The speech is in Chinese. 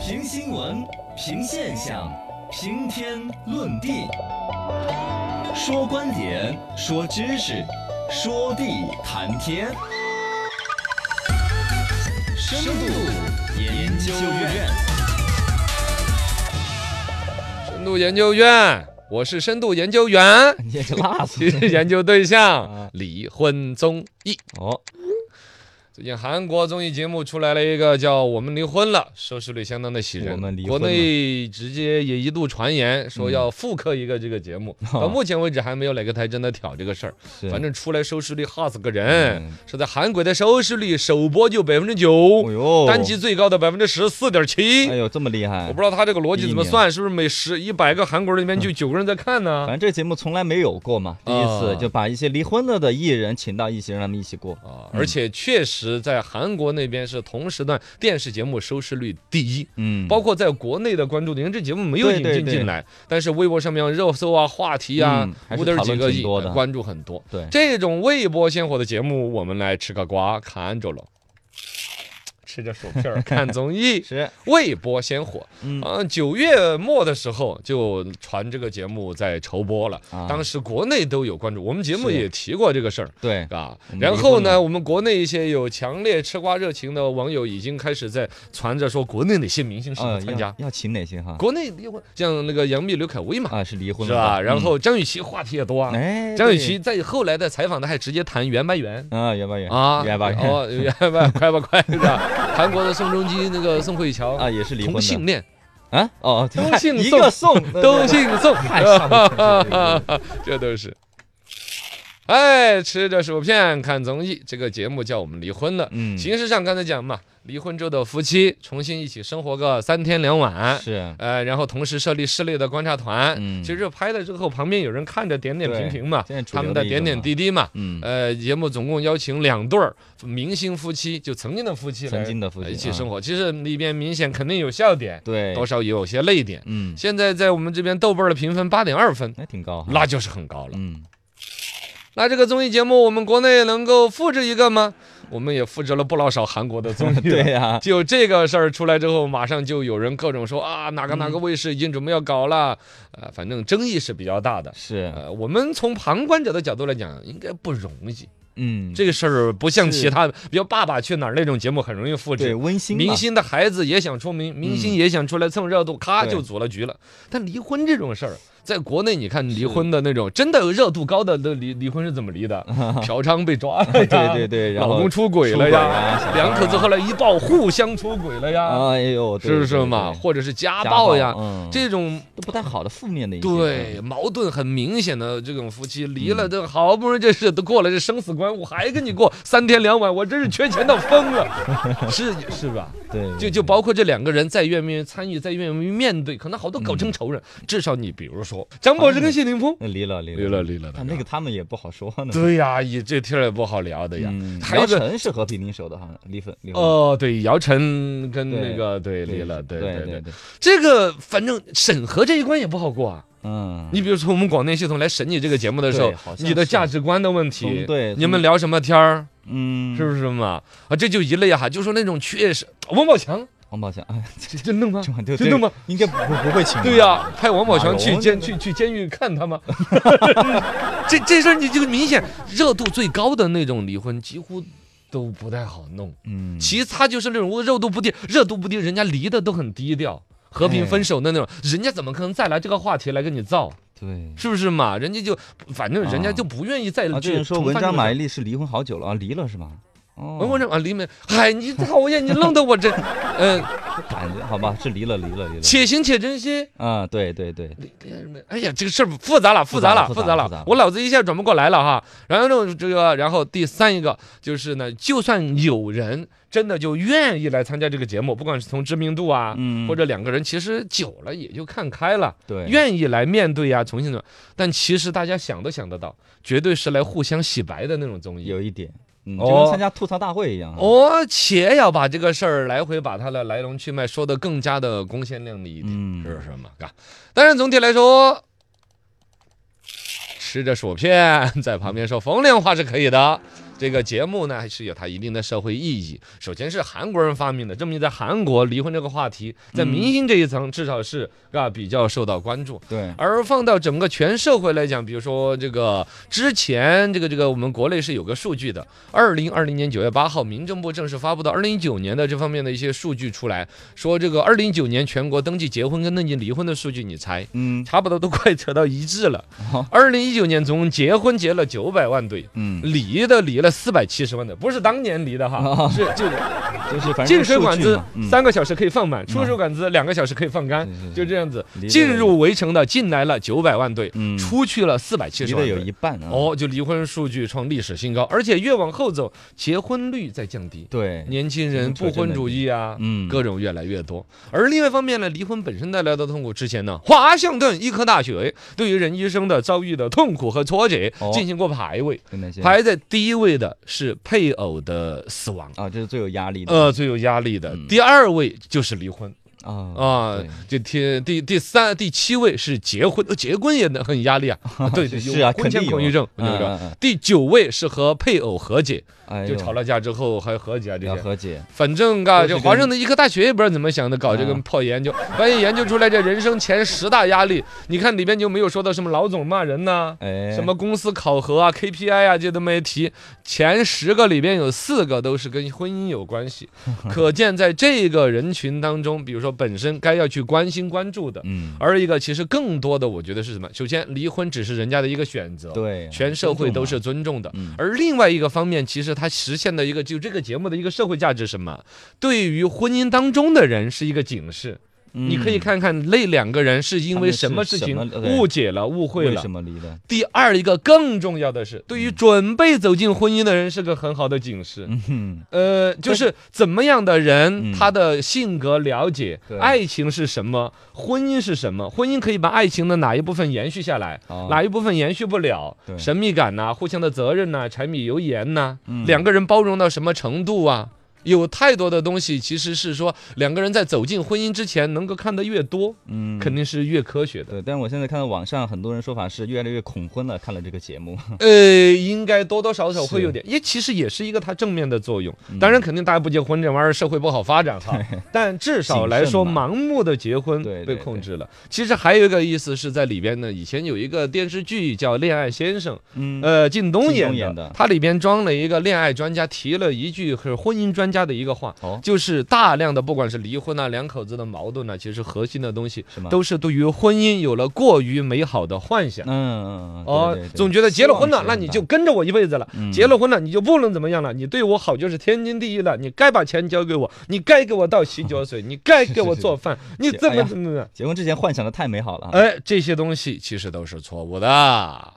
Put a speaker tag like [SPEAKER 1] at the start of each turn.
[SPEAKER 1] 评新闻，评现象，评天论地，说观点，说知识，说地谈天。深度研究院，
[SPEAKER 2] 深度研究院，我是深度研究 员，
[SPEAKER 3] 你也就辣死
[SPEAKER 2] 其
[SPEAKER 3] 了。
[SPEAKER 2] 实 研究对象
[SPEAKER 3] 啊
[SPEAKER 2] 离婚综艺。
[SPEAKER 3] 哦，
[SPEAKER 2] 最近韩国综艺节目出来了一个叫《我们离婚了》，收视率相当的喜人。
[SPEAKER 3] 我们离
[SPEAKER 2] 国
[SPEAKER 3] 婚了嗯
[SPEAKER 2] 内直接也一度传言说要复刻一个这个节 目，到目前为止还没有哪个台真的挑这个事儿。
[SPEAKER 3] 是
[SPEAKER 2] 反正出来收视率吓死个人，
[SPEAKER 3] 嗯
[SPEAKER 2] 说在韩国的收视率首播就百分之九，
[SPEAKER 3] 哦哟，
[SPEAKER 2] 单集最高的百分之十四点七。
[SPEAKER 3] 哎呦这么厉害，
[SPEAKER 2] 我不知道他这个逻辑怎么
[SPEAKER 3] 第一名
[SPEAKER 2] 算，是不是每十一百个韩国人里面就九个人在看呢？
[SPEAKER 3] 反正这节目从来没有过嘛，第一次
[SPEAKER 2] 啊
[SPEAKER 3] 就把一些离婚了的艺人请到一起，让他们一起过。
[SPEAKER 2] 啊，而且确实在韩国那边是同时段电视节目收视率第一。
[SPEAKER 3] 嗯，
[SPEAKER 2] 包括在国内的关注点，因为这节目没有
[SPEAKER 3] 对
[SPEAKER 2] 引
[SPEAKER 3] 对
[SPEAKER 2] 进
[SPEAKER 3] 对
[SPEAKER 2] 进来，但是微博上面热搜啊、话题啊
[SPEAKER 3] 嗯，还
[SPEAKER 2] 五
[SPEAKER 3] 是
[SPEAKER 2] 点
[SPEAKER 3] 讨
[SPEAKER 2] 几
[SPEAKER 3] 论
[SPEAKER 2] 个
[SPEAKER 3] 挺
[SPEAKER 2] 亿
[SPEAKER 3] 多的
[SPEAKER 2] 关注很多。
[SPEAKER 3] 对，
[SPEAKER 2] 这种微博先火的节目，我们来吃个瓜，看着了， 吃着薯片儿看综艺，
[SPEAKER 3] 是
[SPEAKER 2] 微博先火。
[SPEAKER 3] 嗯
[SPEAKER 2] 嗯，九月末的时候就传这个节目在筹播了，
[SPEAKER 3] 啊
[SPEAKER 2] 当时国内都有关注，我们节目
[SPEAKER 3] 是嗯
[SPEAKER 2] 也提过这个事儿。
[SPEAKER 3] 对，
[SPEAKER 2] 啊
[SPEAKER 3] 我，们
[SPEAKER 2] 然
[SPEAKER 3] 离
[SPEAKER 2] 后
[SPEAKER 3] 婚
[SPEAKER 2] 呢，
[SPEAKER 3] 了
[SPEAKER 2] 我们国内一些有强烈吃瓜热情的网友已经开始在传着说国内哪些明星适合
[SPEAKER 3] 呃，
[SPEAKER 2] 参加
[SPEAKER 3] 要。要请哪些哈？
[SPEAKER 2] 国内离婚，像那个杨幂、刘恺威嘛，
[SPEAKER 3] 啊，是离婚
[SPEAKER 2] 是
[SPEAKER 3] 了
[SPEAKER 2] 吧？然
[SPEAKER 3] 嗯
[SPEAKER 2] 后张雨绮话题也多啊。
[SPEAKER 3] 哎，
[SPEAKER 2] 张雨
[SPEAKER 3] 对
[SPEAKER 2] 绮在后来的采访，她还直接谈原白圆
[SPEAKER 3] 啊，袁巴元
[SPEAKER 2] 啊，
[SPEAKER 3] 袁巴元
[SPEAKER 2] 哦，原白快吧快是吧？ 韩国的宋仲基、那个宋慧乔
[SPEAKER 3] 啊，也是离婚
[SPEAKER 2] 同性
[SPEAKER 3] 的
[SPEAKER 2] 恋，
[SPEAKER 3] 啊，哦，
[SPEAKER 2] 同性
[SPEAKER 3] 一
[SPEAKER 2] 送
[SPEAKER 3] 个送呃
[SPEAKER 2] 都姓宋，
[SPEAKER 3] 太上了
[SPEAKER 2] 这都是。哎，吃着薯片看综艺，这个节目叫我们离婚了。
[SPEAKER 3] 嗯
[SPEAKER 2] 形式上刚才讲嘛，离婚之后的夫妻重新一起生活个三天两晚。
[SPEAKER 3] 是
[SPEAKER 2] 呃，然后同时设立室内的观察团，
[SPEAKER 3] 嗯
[SPEAKER 2] 其实拍了之后，旁边有人看着点点评评嘛
[SPEAKER 3] 对现在，主
[SPEAKER 2] 他
[SPEAKER 3] 流
[SPEAKER 2] 们的
[SPEAKER 3] 的一
[SPEAKER 2] 点
[SPEAKER 3] 种
[SPEAKER 2] 点
[SPEAKER 3] 嘛
[SPEAKER 2] 滴滴嘛，
[SPEAKER 3] 嗯
[SPEAKER 2] 呃，节目总共邀请两对儿明星夫妻，就曾经的夫妻来，
[SPEAKER 3] 曾经的夫
[SPEAKER 2] 呃
[SPEAKER 3] 妻
[SPEAKER 2] 一起
[SPEAKER 3] 啊
[SPEAKER 2] 生活，其实里边明显肯定有笑点，
[SPEAKER 3] 对
[SPEAKER 2] 多少也有些泪点。
[SPEAKER 3] 哎嗯，哦
[SPEAKER 2] 现在在我们这边豆瓣儿的评分八点二分，
[SPEAKER 3] 那挺高哈
[SPEAKER 2] 那就是很高了。
[SPEAKER 3] 嗯
[SPEAKER 2] 那这个综艺节目，我们国内能够复制一个吗？我们也复制了不老少韩国的综艺。
[SPEAKER 3] 对。呀
[SPEAKER 2] 就这个事儿出来之后，马上就有人各种说啊，哪
[SPEAKER 3] 嗯
[SPEAKER 2] 个哪个卫视已经准备要搞了，呃，反正争议是比较大的。
[SPEAKER 3] 是
[SPEAKER 2] 呃，我们从旁观者的角度来讲，应该不容易。
[SPEAKER 3] 嗯
[SPEAKER 2] 这个事儿不像
[SPEAKER 3] 是
[SPEAKER 2] 其他，比如《爸爸去哪儿》那种节目很容易复
[SPEAKER 3] 对
[SPEAKER 2] 制。
[SPEAKER 3] 温馨嘛嗯
[SPEAKER 2] 明星的孩子也想出名，明星也想出来蹭热度，咔
[SPEAKER 3] 对
[SPEAKER 2] 就组了局了。但离婚这种事儿，在国内你看离婚的那种真的热度高的的离离婚是怎么离 的？嫖娼被抓了呀，
[SPEAKER 3] 对对对然
[SPEAKER 2] 啊老
[SPEAKER 3] 后
[SPEAKER 2] 公出轨
[SPEAKER 3] 出
[SPEAKER 2] 了
[SPEAKER 3] 轨啊
[SPEAKER 2] 呀
[SPEAKER 3] 小，孩
[SPEAKER 2] 两口子后来一爆互相出轨了呀，
[SPEAKER 3] 哎呦，对
[SPEAKER 2] 是不是
[SPEAKER 3] 对
[SPEAKER 2] 嘛？
[SPEAKER 3] 对
[SPEAKER 2] 或者是家
[SPEAKER 3] 家
[SPEAKER 2] 暴呀，
[SPEAKER 3] 嗯
[SPEAKER 2] 这种
[SPEAKER 3] 都不太好的负面的一些
[SPEAKER 2] 对，矛盾很明显的这种夫妻离
[SPEAKER 3] 嗯
[SPEAKER 2] 了，这好不容易这事都过了，这生死关，我还跟你过三天两晚，我真是缺钱到疯 了，是是吧？
[SPEAKER 3] 对
[SPEAKER 2] 就就包括这两个人在愿不愿意参与，在愿不愿意面对，可能好多搞
[SPEAKER 3] 嗯
[SPEAKER 2] 成仇人，至少你比如说张柏芝跟谢霆锋
[SPEAKER 3] 那离了离啊
[SPEAKER 2] 离了离了的
[SPEAKER 3] 但，那个他们也不好说呢。
[SPEAKER 2] 对呀，也这天儿也不好聊的呀
[SPEAKER 3] 嗯，，
[SPEAKER 2] 还有
[SPEAKER 3] 姚
[SPEAKER 2] 一个。
[SPEAKER 3] 晨是和平离手的，好像离婚离婚。
[SPEAKER 2] 哦，对，姚晨跟那
[SPEAKER 3] 对
[SPEAKER 2] 个对
[SPEAKER 3] 对
[SPEAKER 2] 离了，对
[SPEAKER 3] 对
[SPEAKER 2] 对，
[SPEAKER 3] 对，
[SPEAKER 2] 这个反正审核这一关也不好过啊。
[SPEAKER 3] 嗯，
[SPEAKER 2] 你比如说，我们广电系统来审你这个节目的时候
[SPEAKER 3] 对好，像
[SPEAKER 2] 你的
[SPEAKER 3] 是
[SPEAKER 2] 价值观的问题
[SPEAKER 3] 从，对
[SPEAKER 2] 你们
[SPEAKER 3] 从
[SPEAKER 2] 聊什么天儿，
[SPEAKER 3] 嗯，
[SPEAKER 2] 是不是嘛？啊，这就一类哈，就说那种确实，王宝强
[SPEAKER 3] 王宝强 啊，
[SPEAKER 2] 这真的吗
[SPEAKER 3] 这玩意？儿
[SPEAKER 2] 真的吗？？
[SPEAKER 3] 应该不不会请。
[SPEAKER 2] 对呀、，派王宝强去
[SPEAKER 3] 马
[SPEAKER 2] 监
[SPEAKER 3] 蓉
[SPEAKER 2] 去去监狱看他 吗？这这事儿你就明显热度最高的那种离婚几乎都不太好弄，
[SPEAKER 3] 嗯，
[SPEAKER 2] 其他就是那种热度不低，热度不低，人家离的都很低调。和
[SPEAKER 3] 哎
[SPEAKER 2] 平分手的那种，人家怎么可能再来这个话题来跟你造？
[SPEAKER 3] 对。
[SPEAKER 2] 是不是嘛？人家就反正人家
[SPEAKER 3] 啊
[SPEAKER 2] 就不愿意再
[SPEAKER 3] 啊，这
[SPEAKER 2] 去
[SPEAKER 3] 人说
[SPEAKER 2] 重
[SPEAKER 3] 文
[SPEAKER 2] 翻这
[SPEAKER 3] 章
[SPEAKER 2] 个
[SPEAKER 3] 马
[SPEAKER 2] 事
[SPEAKER 3] 伊琍是离婚好久了啊，离了是吗？哦，
[SPEAKER 2] 文章啊，李美，嗨，你讨厌，你弄得我这，嗯，
[SPEAKER 3] 感觉好吧，是离了离了离了。
[SPEAKER 2] 且行且珍惜。
[SPEAKER 3] 啊，对对对，
[SPEAKER 2] 李李什么哎呀，这个事儿复杂了，复杂了，复
[SPEAKER 3] 复
[SPEAKER 2] 杂
[SPEAKER 3] 杂了复杂
[SPEAKER 2] 了
[SPEAKER 3] 了，
[SPEAKER 2] 我脑子一下转不过来了哈。然后呢，这个，然后第三一个就是呢，就算有人真的就愿意来参加这个节目，不管是从知名度啊，
[SPEAKER 3] 嗯
[SPEAKER 2] 或者两个人其实久了也就看开了，
[SPEAKER 3] 对，
[SPEAKER 2] 愿意来面对呀、重新的。但其实大家想都想得到，绝对是来互相洗白的那种综艺。
[SPEAKER 3] 有一点，嗯，
[SPEAKER 2] 哦
[SPEAKER 3] 就跟参加吐槽大会一样。，啊
[SPEAKER 2] 而且要把这个事儿来回把它的来龙去脉说得更加的光鲜亮丽一点，
[SPEAKER 3] 嗯
[SPEAKER 2] 是不是嘛？嘎，当然总体来说，吃着薯片在旁边说风凉话是可以的，这个节目呢是有它一定的社会意义。首先是韩国人发明的，证明在韩国离婚这个话题在明星这一层至少是啊比较受到关注。
[SPEAKER 3] 对，
[SPEAKER 2] 而放到整个全社会来讲，比如说这个之前这个这个我们国内是有个数据的，二零二零年九月八号，民政部正式发布的二零一九年的这方面的一些数据出来，说这个二零一九年全国登记结婚跟登记离婚的数据，你猜？
[SPEAKER 3] 嗯
[SPEAKER 2] 差不多都快扯到一致了
[SPEAKER 3] 好。
[SPEAKER 2] 二零一九年总共结婚结了九百万对，
[SPEAKER 3] 嗯，
[SPEAKER 2] 离的离了四百七十万对，不是当年离的哈，
[SPEAKER 3] 哦
[SPEAKER 2] 是这个
[SPEAKER 3] 就是反正
[SPEAKER 2] 进
[SPEAKER 3] 就是
[SPEAKER 2] 水
[SPEAKER 3] 数
[SPEAKER 2] 管
[SPEAKER 3] 据
[SPEAKER 2] 子
[SPEAKER 3] 嘛嗯
[SPEAKER 2] 三个小时可以放满，出水管子两个小时可以放干
[SPEAKER 3] 是是，
[SPEAKER 2] 就这样子
[SPEAKER 3] 离。得
[SPEAKER 2] 进入围城的进来了九百万对
[SPEAKER 3] 嗯，
[SPEAKER 2] 出去了四百七
[SPEAKER 3] 离
[SPEAKER 2] 十万
[SPEAKER 3] 的有一
[SPEAKER 2] 对。
[SPEAKER 3] 半啊。，
[SPEAKER 2] 哦，就离婚数据创历史新高，而且越往后走，结婚率在降低，
[SPEAKER 3] 对，
[SPEAKER 2] 年轻人不婚主义啊，
[SPEAKER 3] 嗯，
[SPEAKER 2] 各种越来越多。而另外一方面呢，离婚本身带来的痛苦，之前呢，华盛顿医科大学对于人一生的遭遇的痛苦和挫折
[SPEAKER 3] 哦
[SPEAKER 2] 进行过排位，
[SPEAKER 3] 跟那些
[SPEAKER 2] 排在第一位的是配偶的死亡。
[SPEAKER 3] 啊，这是最有压力的。
[SPEAKER 2] 呃，最有压力的
[SPEAKER 3] 嗯
[SPEAKER 2] 第二位就是离婚
[SPEAKER 3] 啊
[SPEAKER 2] 啊就
[SPEAKER 3] 对，
[SPEAKER 2] 第第第三第七位是结婚，呃结婚也能很压力啊，对对，
[SPEAKER 3] 是啊
[SPEAKER 2] 有婚前
[SPEAKER 3] 肯定有
[SPEAKER 2] 恐惧症，
[SPEAKER 3] 嗯
[SPEAKER 2] 对不
[SPEAKER 3] 嗯嗯
[SPEAKER 2] 对？第九位是和配偶和解，
[SPEAKER 3] 哎
[SPEAKER 2] 就
[SPEAKER 3] 呦
[SPEAKER 2] 吵了架之后还和解啊这
[SPEAKER 3] 要
[SPEAKER 2] 些。
[SPEAKER 3] 和解，
[SPEAKER 2] 反正啊，
[SPEAKER 3] 都是
[SPEAKER 2] 就
[SPEAKER 3] 跟
[SPEAKER 2] 华盛顿医科大学也不知道怎么想的，搞这个
[SPEAKER 3] 啊
[SPEAKER 2] 破研究，发现研究出来这人生前十大压力，你看里边就没有说到什么老总骂人呐、
[SPEAKER 3] 哎，
[SPEAKER 2] 什么公司考核啊、KPI 啊，这都没提。前十个里边有四个都是跟婚姻有关 系，可见在这个人群当中，比如说本身该要去关心关注的，
[SPEAKER 3] 嗯，
[SPEAKER 2] 而一个其实更多的，我觉得是什么？首先，离婚只是人家的一个选择，
[SPEAKER 3] 对，
[SPEAKER 2] 全社会都是尊重的。
[SPEAKER 3] 嗯
[SPEAKER 2] 而另外一个方面，其实它实现的一个就这个节目的一个社会价值是什么？对于婚姻当中的人是一个警示，
[SPEAKER 3] 嗯
[SPEAKER 2] 你可以看看那两个人是因为什么事情
[SPEAKER 3] 他们是什么对
[SPEAKER 2] 误解了、误会
[SPEAKER 3] 为
[SPEAKER 2] 了
[SPEAKER 3] 什。么离的，
[SPEAKER 2] 第二一个更重要的
[SPEAKER 3] 嗯
[SPEAKER 2] 是，对于准备走进婚姻的人是个很好的警示。
[SPEAKER 3] 嗯，
[SPEAKER 2] 呃，就是怎么样的人，
[SPEAKER 3] 嗯
[SPEAKER 2] 他的性格了解
[SPEAKER 3] 对，
[SPEAKER 2] 爱情是什么，婚姻是什么，婚姻可以把爱情的哪一部分延续下来，
[SPEAKER 3] 哦
[SPEAKER 2] 哪一部分延续不了，
[SPEAKER 3] 对
[SPEAKER 2] 神秘感呐、互相的责任呐、柴米油盐呐、
[SPEAKER 3] 嗯
[SPEAKER 2] 两个人包容到什么程度啊？有太多的东西，其实是说两个人在走进婚姻之前，能够看得越多，
[SPEAKER 3] 嗯，
[SPEAKER 2] 肯定是越科学的。
[SPEAKER 3] 对，但我现在看到网上很多人说法是越来越恐婚了，看了这个节目，
[SPEAKER 2] 呃，应该多多少少会
[SPEAKER 3] 是嗯
[SPEAKER 2] 有点，也其实也是一个它正面的作用。当然，肯定大家不结婚这玩意儿社会不好发展哈，但至少来说，
[SPEAKER 3] 谨慎
[SPEAKER 2] 盲目的结婚
[SPEAKER 3] 对
[SPEAKER 2] 被
[SPEAKER 3] 对
[SPEAKER 2] 控制了。其实还有一个意思是在里边呢，以前有一个电视剧叫《恋爱先生》，
[SPEAKER 3] 嗯，
[SPEAKER 2] 呃，靳东
[SPEAKER 3] 靳
[SPEAKER 2] 演
[SPEAKER 3] 东
[SPEAKER 2] 的，
[SPEAKER 3] 演的
[SPEAKER 2] 它里边装了一个恋爱专家，提了一句是婚姻专家的一个话，
[SPEAKER 3] 哦
[SPEAKER 2] 就是大量的不管是离婚啊，两口子的矛盾啊，其实核心的东西
[SPEAKER 3] 是吗
[SPEAKER 2] 都是对于婚姻有了过于美好的幻想。
[SPEAKER 3] 嗯嗯嗯，
[SPEAKER 2] 哦
[SPEAKER 3] 对对，对
[SPEAKER 2] 总觉得结了婚了
[SPEAKER 3] 希，望
[SPEAKER 2] 那
[SPEAKER 3] 是
[SPEAKER 2] 你
[SPEAKER 3] 吧
[SPEAKER 2] 就跟着我一辈子了；
[SPEAKER 3] 嗯
[SPEAKER 2] 结了婚了，你就不能怎么样了。你对我好就是天经地义了。你该把钱交给我，你该给我倒喜酒水，你该给我做饭，你
[SPEAKER 3] 是
[SPEAKER 2] 怎
[SPEAKER 3] 哎
[SPEAKER 2] 么
[SPEAKER 3] 呀
[SPEAKER 2] 怎么怎么？
[SPEAKER 3] 结婚之前幻想的太美好了啊，
[SPEAKER 2] 哎，这些东西其实都是错误的。